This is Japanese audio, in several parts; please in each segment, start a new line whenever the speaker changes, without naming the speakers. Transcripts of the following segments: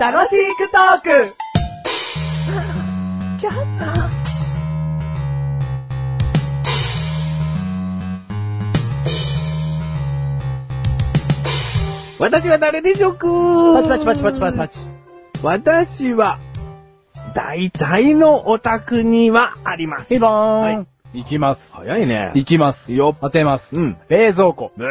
楽しくトーク
私は誰でしょうか
パチパチパチパチパチパチ。
私は、大体のお宅にはあります
ピ。ボーン、
はい
行きます。
早いね。
行きます。
いいよ
当てます。
うん。
冷蔵庫。
ね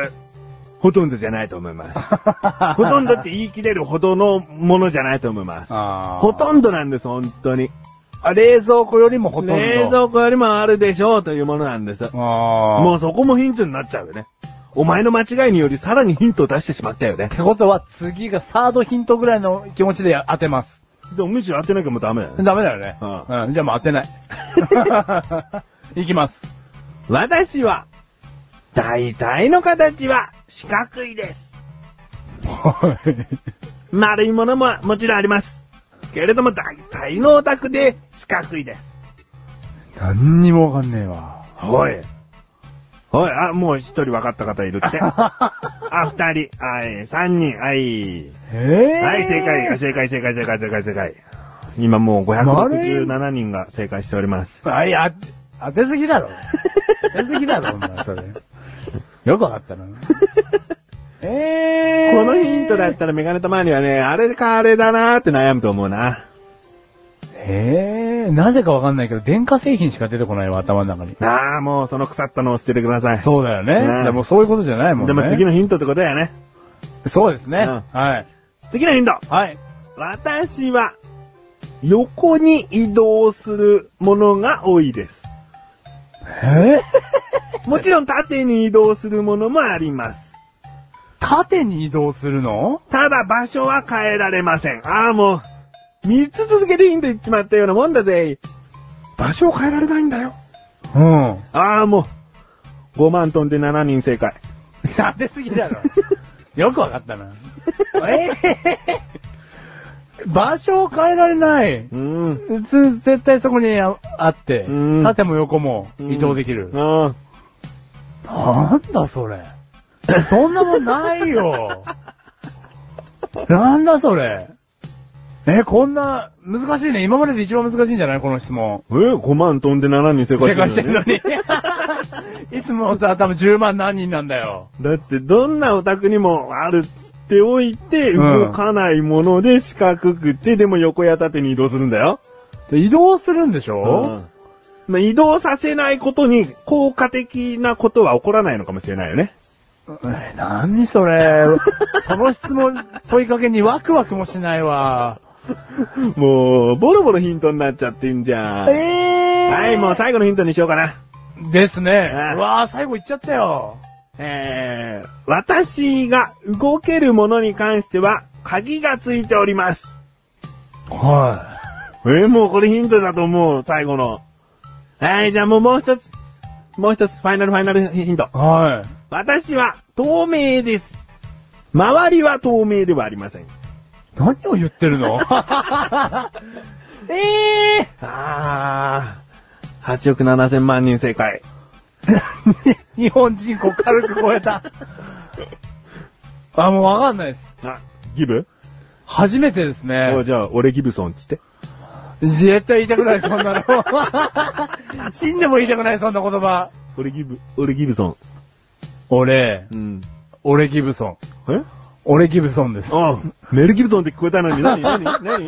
ほとんどじゃないと思います。 ほとんどって言い切れるほどのものじゃないと思います。
あー
ほとんどなんです、本当に。
あ冷蔵庫よりもほとんど。
冷蔵庫よりもあるでしょうというものなんです。
ああ。
もうそこもヒントになっちゃうよね。お前の間違いによりさらにヒントを出してしまっ たよね
っ。てことは次がサードヒントぐらいの気持ちで当てます。
でもむしろ当てなきゃもうダメだよね。
ダメだよね。
う
うん。じゃあもう当てない。 行きます。
私は、大体の形は四角いです。丸いものももちろんあります。けれども大体のオタクで四角いです。
何にもわかんねえわ。
はい。はい、あ、もう一人分かった方いる って。あ、二人、はい、三人、はい。
ええ
はい、正解、正解、正解、正解、正解、正解。今もう567人が正解しております。
あ、いや、当てすぎだろ。当てすぎだろ、お前、それ。よくわかった な。ええー。
このヒントだったらメガネたまにはね、あれかあれだなーって悩むと思うな。
ええー、なぜかわかんないけど、電化製品しか出てこないわ、頭の中に。
ああ、もうその腐ったのを捨ててください。
そうだよ
ねえ
ね。でもそういうことじゃないもんね。
でも次のヒントってことやね。
そうですね。
うん
はい。
次のヒント
はい。
私は、横に移動するものが多い です。
え
もちろん縦に移動するものもあります。
縦に移動するの
ただ場所は変えられません。ああ、もう、3つ続けてヒント言っちまったようなもんだぜ。場所を変えられないんだよ。
うん。
ああ、もう、5万飛んで7人正解。
当てすぎだろ。よくわか ったな。ええー、 場所を変えられない。
うーん。
普通、絶対そこにああって
うん、
縦も横も移動できる。
うん。
なんだそれ。そんなもんないよ。なんだそれ。え、こんな、難しいね。今までで一番難しいんじゃないこの質問。
え、5万飛んで7人正解
正解して
る
る
の
の
に
に。いつもさ、多分10万何人なんだよ。
だって、どんなオタクにもあるっつっておいて、
うん
動かないもので四角くて、でも横や縦に移動するんだよ。
で移動するんでしょ、
まあ、移動させないことに効果的なことは起こらないのかもしれないよね。
え、何それ。その質問、問いかけにワクワクもしないわ。
もう、ボロボロヒントになっちゃってんじゃん。
え
はい、もう最後のヒントにしようかな。
ですね。
ー
うわー、最後いっちゃったよ。
えー、私が動けるものに関しては、鍵がついております。
は
えー、もうこれヒントだと思う、最後の。はい、じゃあもうもう一つ、もう一つ、ファイナルファイナルヒント。
い。はい。
私は透明です。周りは透明ではありません。
何を言ってるのええ
あー、8億7千万人正解。
日本人こ軽く超えた。あ、もうわかんないです。
あ、ギブ
初めてです
お
ね。
じゃあ、俺ギブソンっつって。
絶対言いたくない、そんなの。死んでも言いたくない、そんな言葉。
俺ギブ、俺ギブソン。
俺、
うん。
俺ギブソン。
え
俺ギブソンです。
あメルギブソンって聞こえたのに、何何何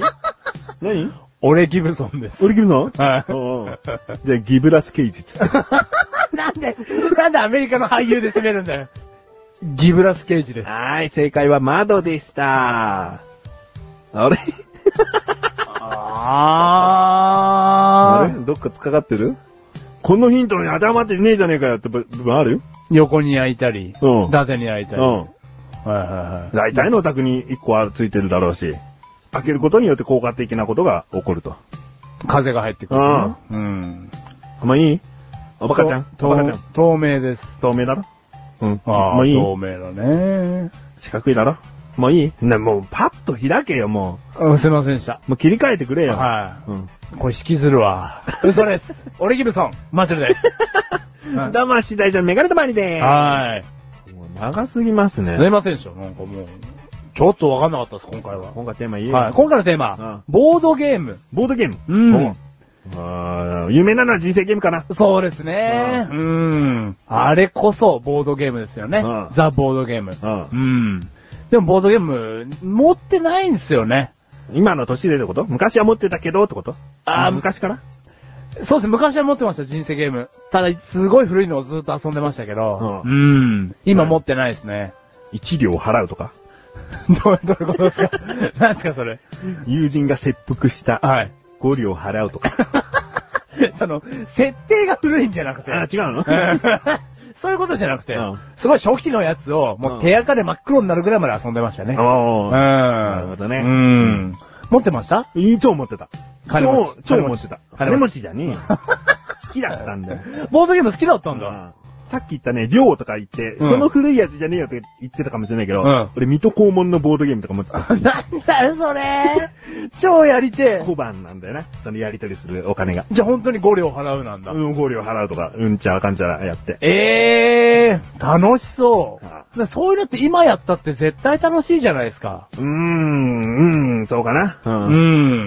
何
俺ギブソンです。
俺ギブソン
はい
おうおうじゃあ、ギブラスケイジっつって。
なんで、なんでアメリカの俳優で攻めるんだよ。ギブラス・ケイジです。
はい、正解は窓でした。あれあ
あ
れどっか突っかかってるこのヒントに当てはまってねえじゃねえかよって部分あるよ。
横に焼いたり、
うん
縦に焼いたり。
うん。
はいはいは
大
い。
体のお宅に1個はついてるだろうし、開けることによって効果的なことが起こると。
風が入ってくる。
うん
うん。
まあいいおバカちゃん
と
おバカちゃん
透明です。
透明だろうん。
ああ、
もういい
透明だね。
四角いだろもういいな、もうパッと開けよ、も
うんすいませんでした。
う。もう切り替えてくれよ。
は
うん。
い。これ引きずるわ。嘘です。俺ギブソン、マシュル です。はい
どうも、次第じゃん、メガネとまりでー
はい。
す。もう長すぎますね
すいませんでした。なんかもう、ちょっとわかんなかったです、今回は。
今回テーマ言えよ
はい、今回のテーマ、
うん
ボードゲーム。
ボードゲーム。
うん
おあー有名なのは人生ゲームかな。
そうですね。うん。あれこそ、ボードゲームですよね
うん。
ザ・ボードゲーム。
う
うん。でも、ボードゲーム、持ってないんですよね。
ん。今の年でってこと昔は持ってたけどってこと
あー
昔から
そうですね、昔は持ってました、人生ゲーム。ただ、すごい古いのをずっと遊んでましたけど。
う
うん。今持ってないですね。
一両払うとか。
どう、どういうことですか 何ですか、それ。
友人が切腹した。
はい。
五両払うとか。
その、設定が古いんじゃなくて。
あ、違うの
そういうことじゃなくて、
うん
すごい初期のやつを、もう手垢で真っ黒になるぐらいまで遊んでましたね。
おー
な
るほどね
うん。持ってました
いい超持ってた。
金持ち
超超持ってた。金
金
持
持
ちじゃねえよ好きだったんだ よ。
ボードゲーム好きだったん
う
だ。
んさっき言ったね、量とか言って、
うん
その古いやつじゃねえよって言ってたかもしれないけど、
うん
俺、水戸黄門のボードゲームとか持ってた。
なんだよ、それ。超やりてえ
小判なんだよな。そのやりとりするお金が。
じゃあ本当に5両払うなんだ。
うん、5両払うとか、うんちゃらかんちゃらやって。
ええー、楽しそう。
あ
だそういうのって今やったって絶対楽しいじゃないですか。
うーん、うん、そうかな。うん。
う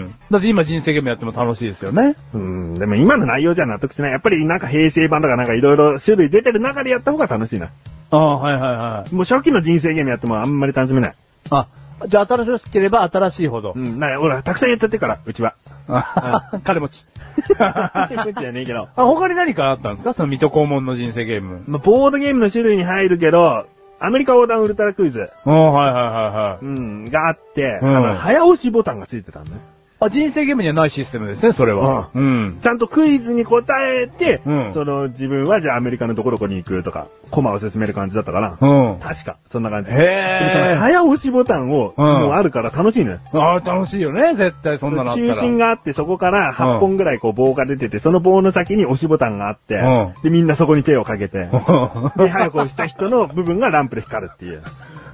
ん。だって今人生ゲームやっても楽しいですよね。
うん、でも今の内容じゃ納得しない。やっぱりなんか平成版とかなんかいろいろ種類出てる中でやった方が楽しいな。
ああ、はいはいはい。
もう初期の人生ゲームやってもあんまり楽しめない。
あ、じゃあ新しければ新しいほど
う。ん、な、ほら、たくさんやっちゃってるから、うちは。
あ金持ち。
うちじゃねえけど。
あ、他に何かあったんですかその水戸黄門の人生ゲーム。
まあ、ボードゲームの種類に入るけど、アメリカ横断ウルトラクイズ、
あはいはいはいはい。
うん、があって、
うん
あの、早押しボタンがついてたんだね。
あ、人生ゲームにはないシステムですね、それは。うん。
ちゃんとクイズに答えて、
うん
その自分はじゃあアメリカのどこどこに行くとか、コマを進める感じだったから、
うん。
確か、そんな感じ。
へ
でもその
え。
早押しボタンを、
うん
もうあるから楽しいのよ。
ああ、楽しいよね、絶対そんなのあったら。
中心があって、そこから8本ぐらいこう棒が出てて、その棒の先に押しボタンがあって、
う
で、みんなそこに手をかけて、
あ
で、早く押した人の部分がランプで光るっていう。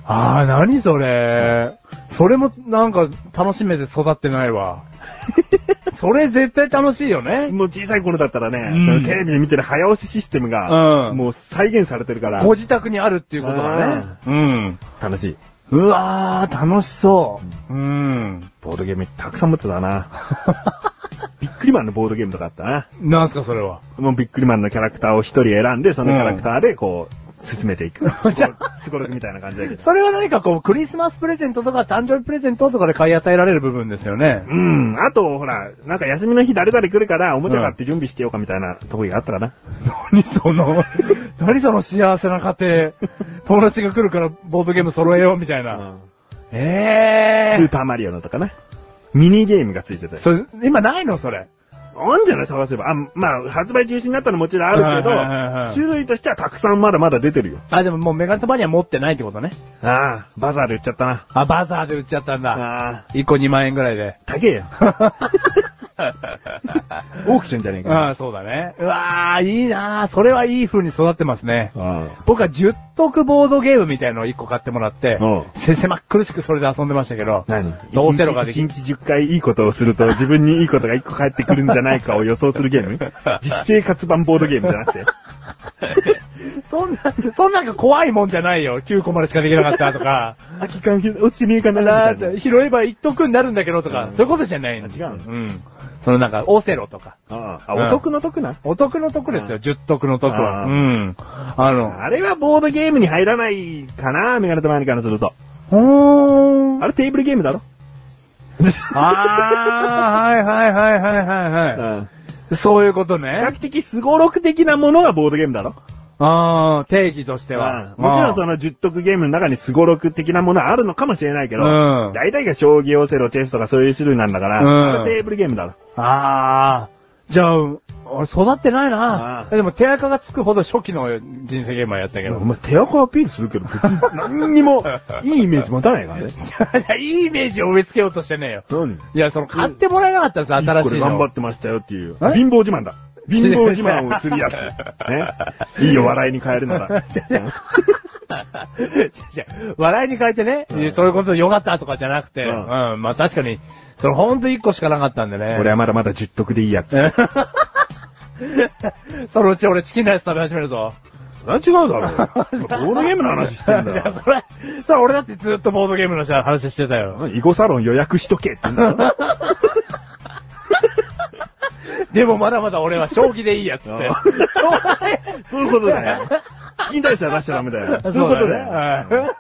あー、何それ。それもなんか楽しめて育ってない わ。それ絶対楽しいよね。
もう小さい頃だったらね、
うん
そのテレビで見てる早押しシステムが、
うん
もう再現されてるから
ご、自宅にあるっていうことだね。うん。
楽しい。
うわー、楽しそう。うん。
ボードゲームたくさん持ってた な。ビックリマンのボードゲームとかあったな。
なんすか、それは。
もうビックリマンのキャラクターを一人選んで、そのキャラクターでこう、進めていく。
じゃ
スゴロクみたいな感じだけど。
それは何かこう、クリスマスプレゼントとか誕生日プレゼントとかで買い与えられる部分ですよね。
うん。あと、ほら、なんか休みの日誰々来るから、おもちゃ買って準備してようかみたいなとこがあったかな。
何その、 何その幸せな家 庭。友達が来るからボードゲーム揃えようみたいな。え
スー
え
パーマリオのとかな。ミニゲームがついてた
ー。
よ
それ、今ないのそれ。
あんじゃない探せば。あ、まあ、発売中止になったのもちろんあるけど、
はいはいはいはい
種類としてはたくさんまだまだ出てるよ。
あ、でももうメガネたまには持ってないってことね。
ああ、バザーで売っちゃったな。
あ、バザーで売っちゃったんだ。
ああ、
1個2万円ぐら いで。
高えよ。オークションじゃねえか
ああ、そうだね。うわあ、いいなーそれはいい風に育ってますね。
あ
僕は10得ボードゲームみたいのを1個買ってもらって
うん、
せ、せまっ苦しくそれで遊んでましたけど。
何
どうせのができ
1日10回いいことをす ると自分にいいことが1個返ってくるんじゃないかを予想するゲーム 実生活版ボードゲームじゃなくて。
そんな、 そんなんか怖いもんじゃないよ。9個までしかできなかったと か。
空き缶落ちてねえかな
な
みたい
ーって、拾えば一得になるんだけどとか、
うん
そういうことじゃないんです
あ違うの
うん。そのなんか、オセロとか。
なああ、お得の得な。
お得の得ですよ、十得の得は。
あ
う
ー
ん。あの、
あれはボードゲームに入らないかな、メガネとマニからすると。
ほーん。
あれテーブルゲームだろ
あー、はいはいはいはいはいは
うん
い。そういうこと
比
ね
較。的スゴロク的なものがボードゲームだろ
あー、定義としては。
うんもちろんそ
の、
の十得ゲームの中にスゴロク的なものはあるのかもしれないけど、
うん
大体が将棋、オセロ、チェスとかそういう種類なんだから、
うん
あれテーブルゲームだろ。
あー。じゃあ、俺育ってない
あ
な。
ー
でも手垢がつくほど初期の人生ゲームはやったけど。
前手垢アピールするけど、別に何に もいいイメージ持たないからね。
いいイメージを植え付けようとしてねえよ。
何
いや、その、買ってもらえなかったんです、新しいの。
これ頑張ってましたよっていう。
え
貧乏自 慢だ。貧乏自慢をするや つ。ね。いいよ、笑いに変えるな ら。
違う違う笑いに変えてね、
うん
そういうこと良かったとかじゃなくて、
う
うんん、まあ確かに、そのほんと1個しかなかったんで
俺
ね。
はまだまだ十 得でいいやつ。
そのうち俺チキンライス食べ始めるぞ。
それは違うだろ。ボードゲームの話してん
い
だ
や、
よ。
それ、それ俺だってずっとボードゲームの話してたよ。
囲碁サロン予約しとけって言うんだ ろ。
でもまだまだ俺は 将棋でいいやつって。
ああそういうことだよ。チキン大使は出しちゃダメだよ。そういうことだよ。
よ。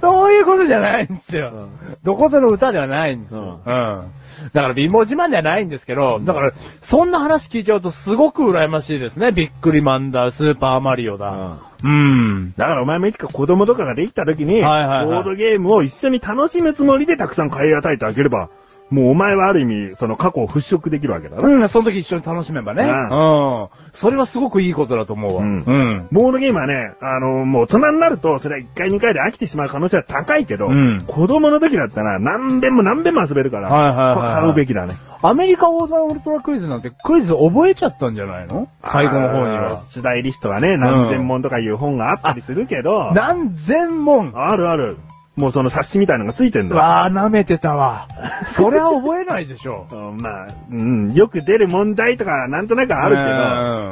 そういうことじゃないんです
う
よ
ん。
どこぞの歌ではないんですよ。うん。だから貧乏自慢ではないんですけど、だから、そんな話聞いちゃうとすごく羨ましいですね。びっくりマンだ、スーパーマリオだ。うん。
だからお前もいつか子供とかができた時に、
はいはいはい
ボードゲームを一緒に楽しむつもりでたくさん買い与えてあげれば、もうお前はある意味、その過去を払拭できるわけだな。
うん、その時一緒に楽しめばね。う
うん
ん。それはすごくいいことだと思うわ。う
うん
ん。
ボードゲームはね、あの、もう大人になると、それは1回2回で飽きてしまう可能性は高いけど、
うん
子供の時だったら何遍も何遍も遊べるから、
はいはいはいはい
買うべきだね。
アメリカ横断ウルトラクイズなんてクイズ覚えちゃったんじゃないの最後の方に
あ
は
ー。。主題リストはね、何千問とかいう本があったりするけど、あ
何千問
るある。もうその冊子みたいのがついてんだよ。
わあ、舐めてた わ。そりゃ覚えないでしょ。
うんまあ、うん、よく出る問題とか、なんとなくある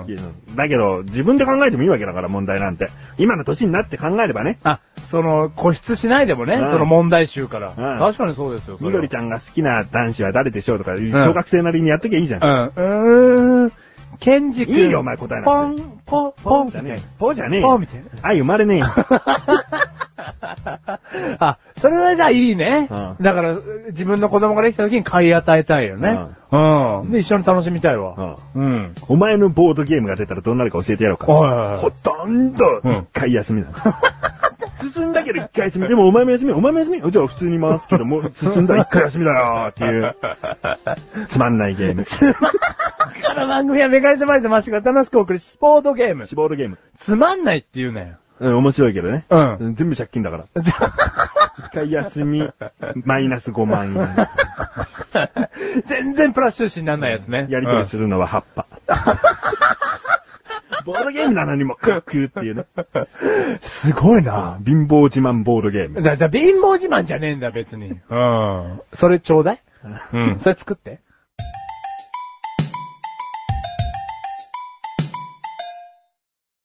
けど、だけど、自分で考えてもいいわけだから、問題なんて。今の年になって考えればね、
あ、その、固執しないでもね、
うん
その問題集から。
うん
確かにそうですよ、それは
緑ちゃんが好きな男子は誰でしょうとか、小学生なりにやっときゃいいじゃん。
うん。うーん。ケンジ君。
いいよお前答えな
ポ
く
ン、ポン、ポンみ
じ
た
ゃ
いな
ねえ。。ポーじゃねえ
ポン
よ
み。たいな。
愛生まれねえ よ。
あ、それはじゃあいいね。
うん
だから、自分の子供ができた時に買い与えたいよね。うん。で、一緒に楽しみたいわ。うん。
お前のボードゲームが出たらどうなるか教えてやろうか。
おいおいお い
ほとんど、一回休 みだ。進んだけど一回休み。でもお前も休み、お前も休み。じゃあ普通に回すけど、もう進んだら一回休みだよっていう。つまんないゲーム。
この番組はめがれてまいりましが楽しくお送るスポートゲーム。
ボードゲーム。
つまんないって言うな よ。
うん、面白いけどね。
うん
うん全部借金だから。一回休み、マイナス5万円。
全然プラス収支にならないやつね。
やりとりするのは葉っぱ。ボードゲームなのにも、クックっていうね。
うんすごいな。
貧乏自慢ボードゲーム。
だ、だ、貧乏自慢じゃねえんだ、別に。うん。それちょうだいうん。それ作って。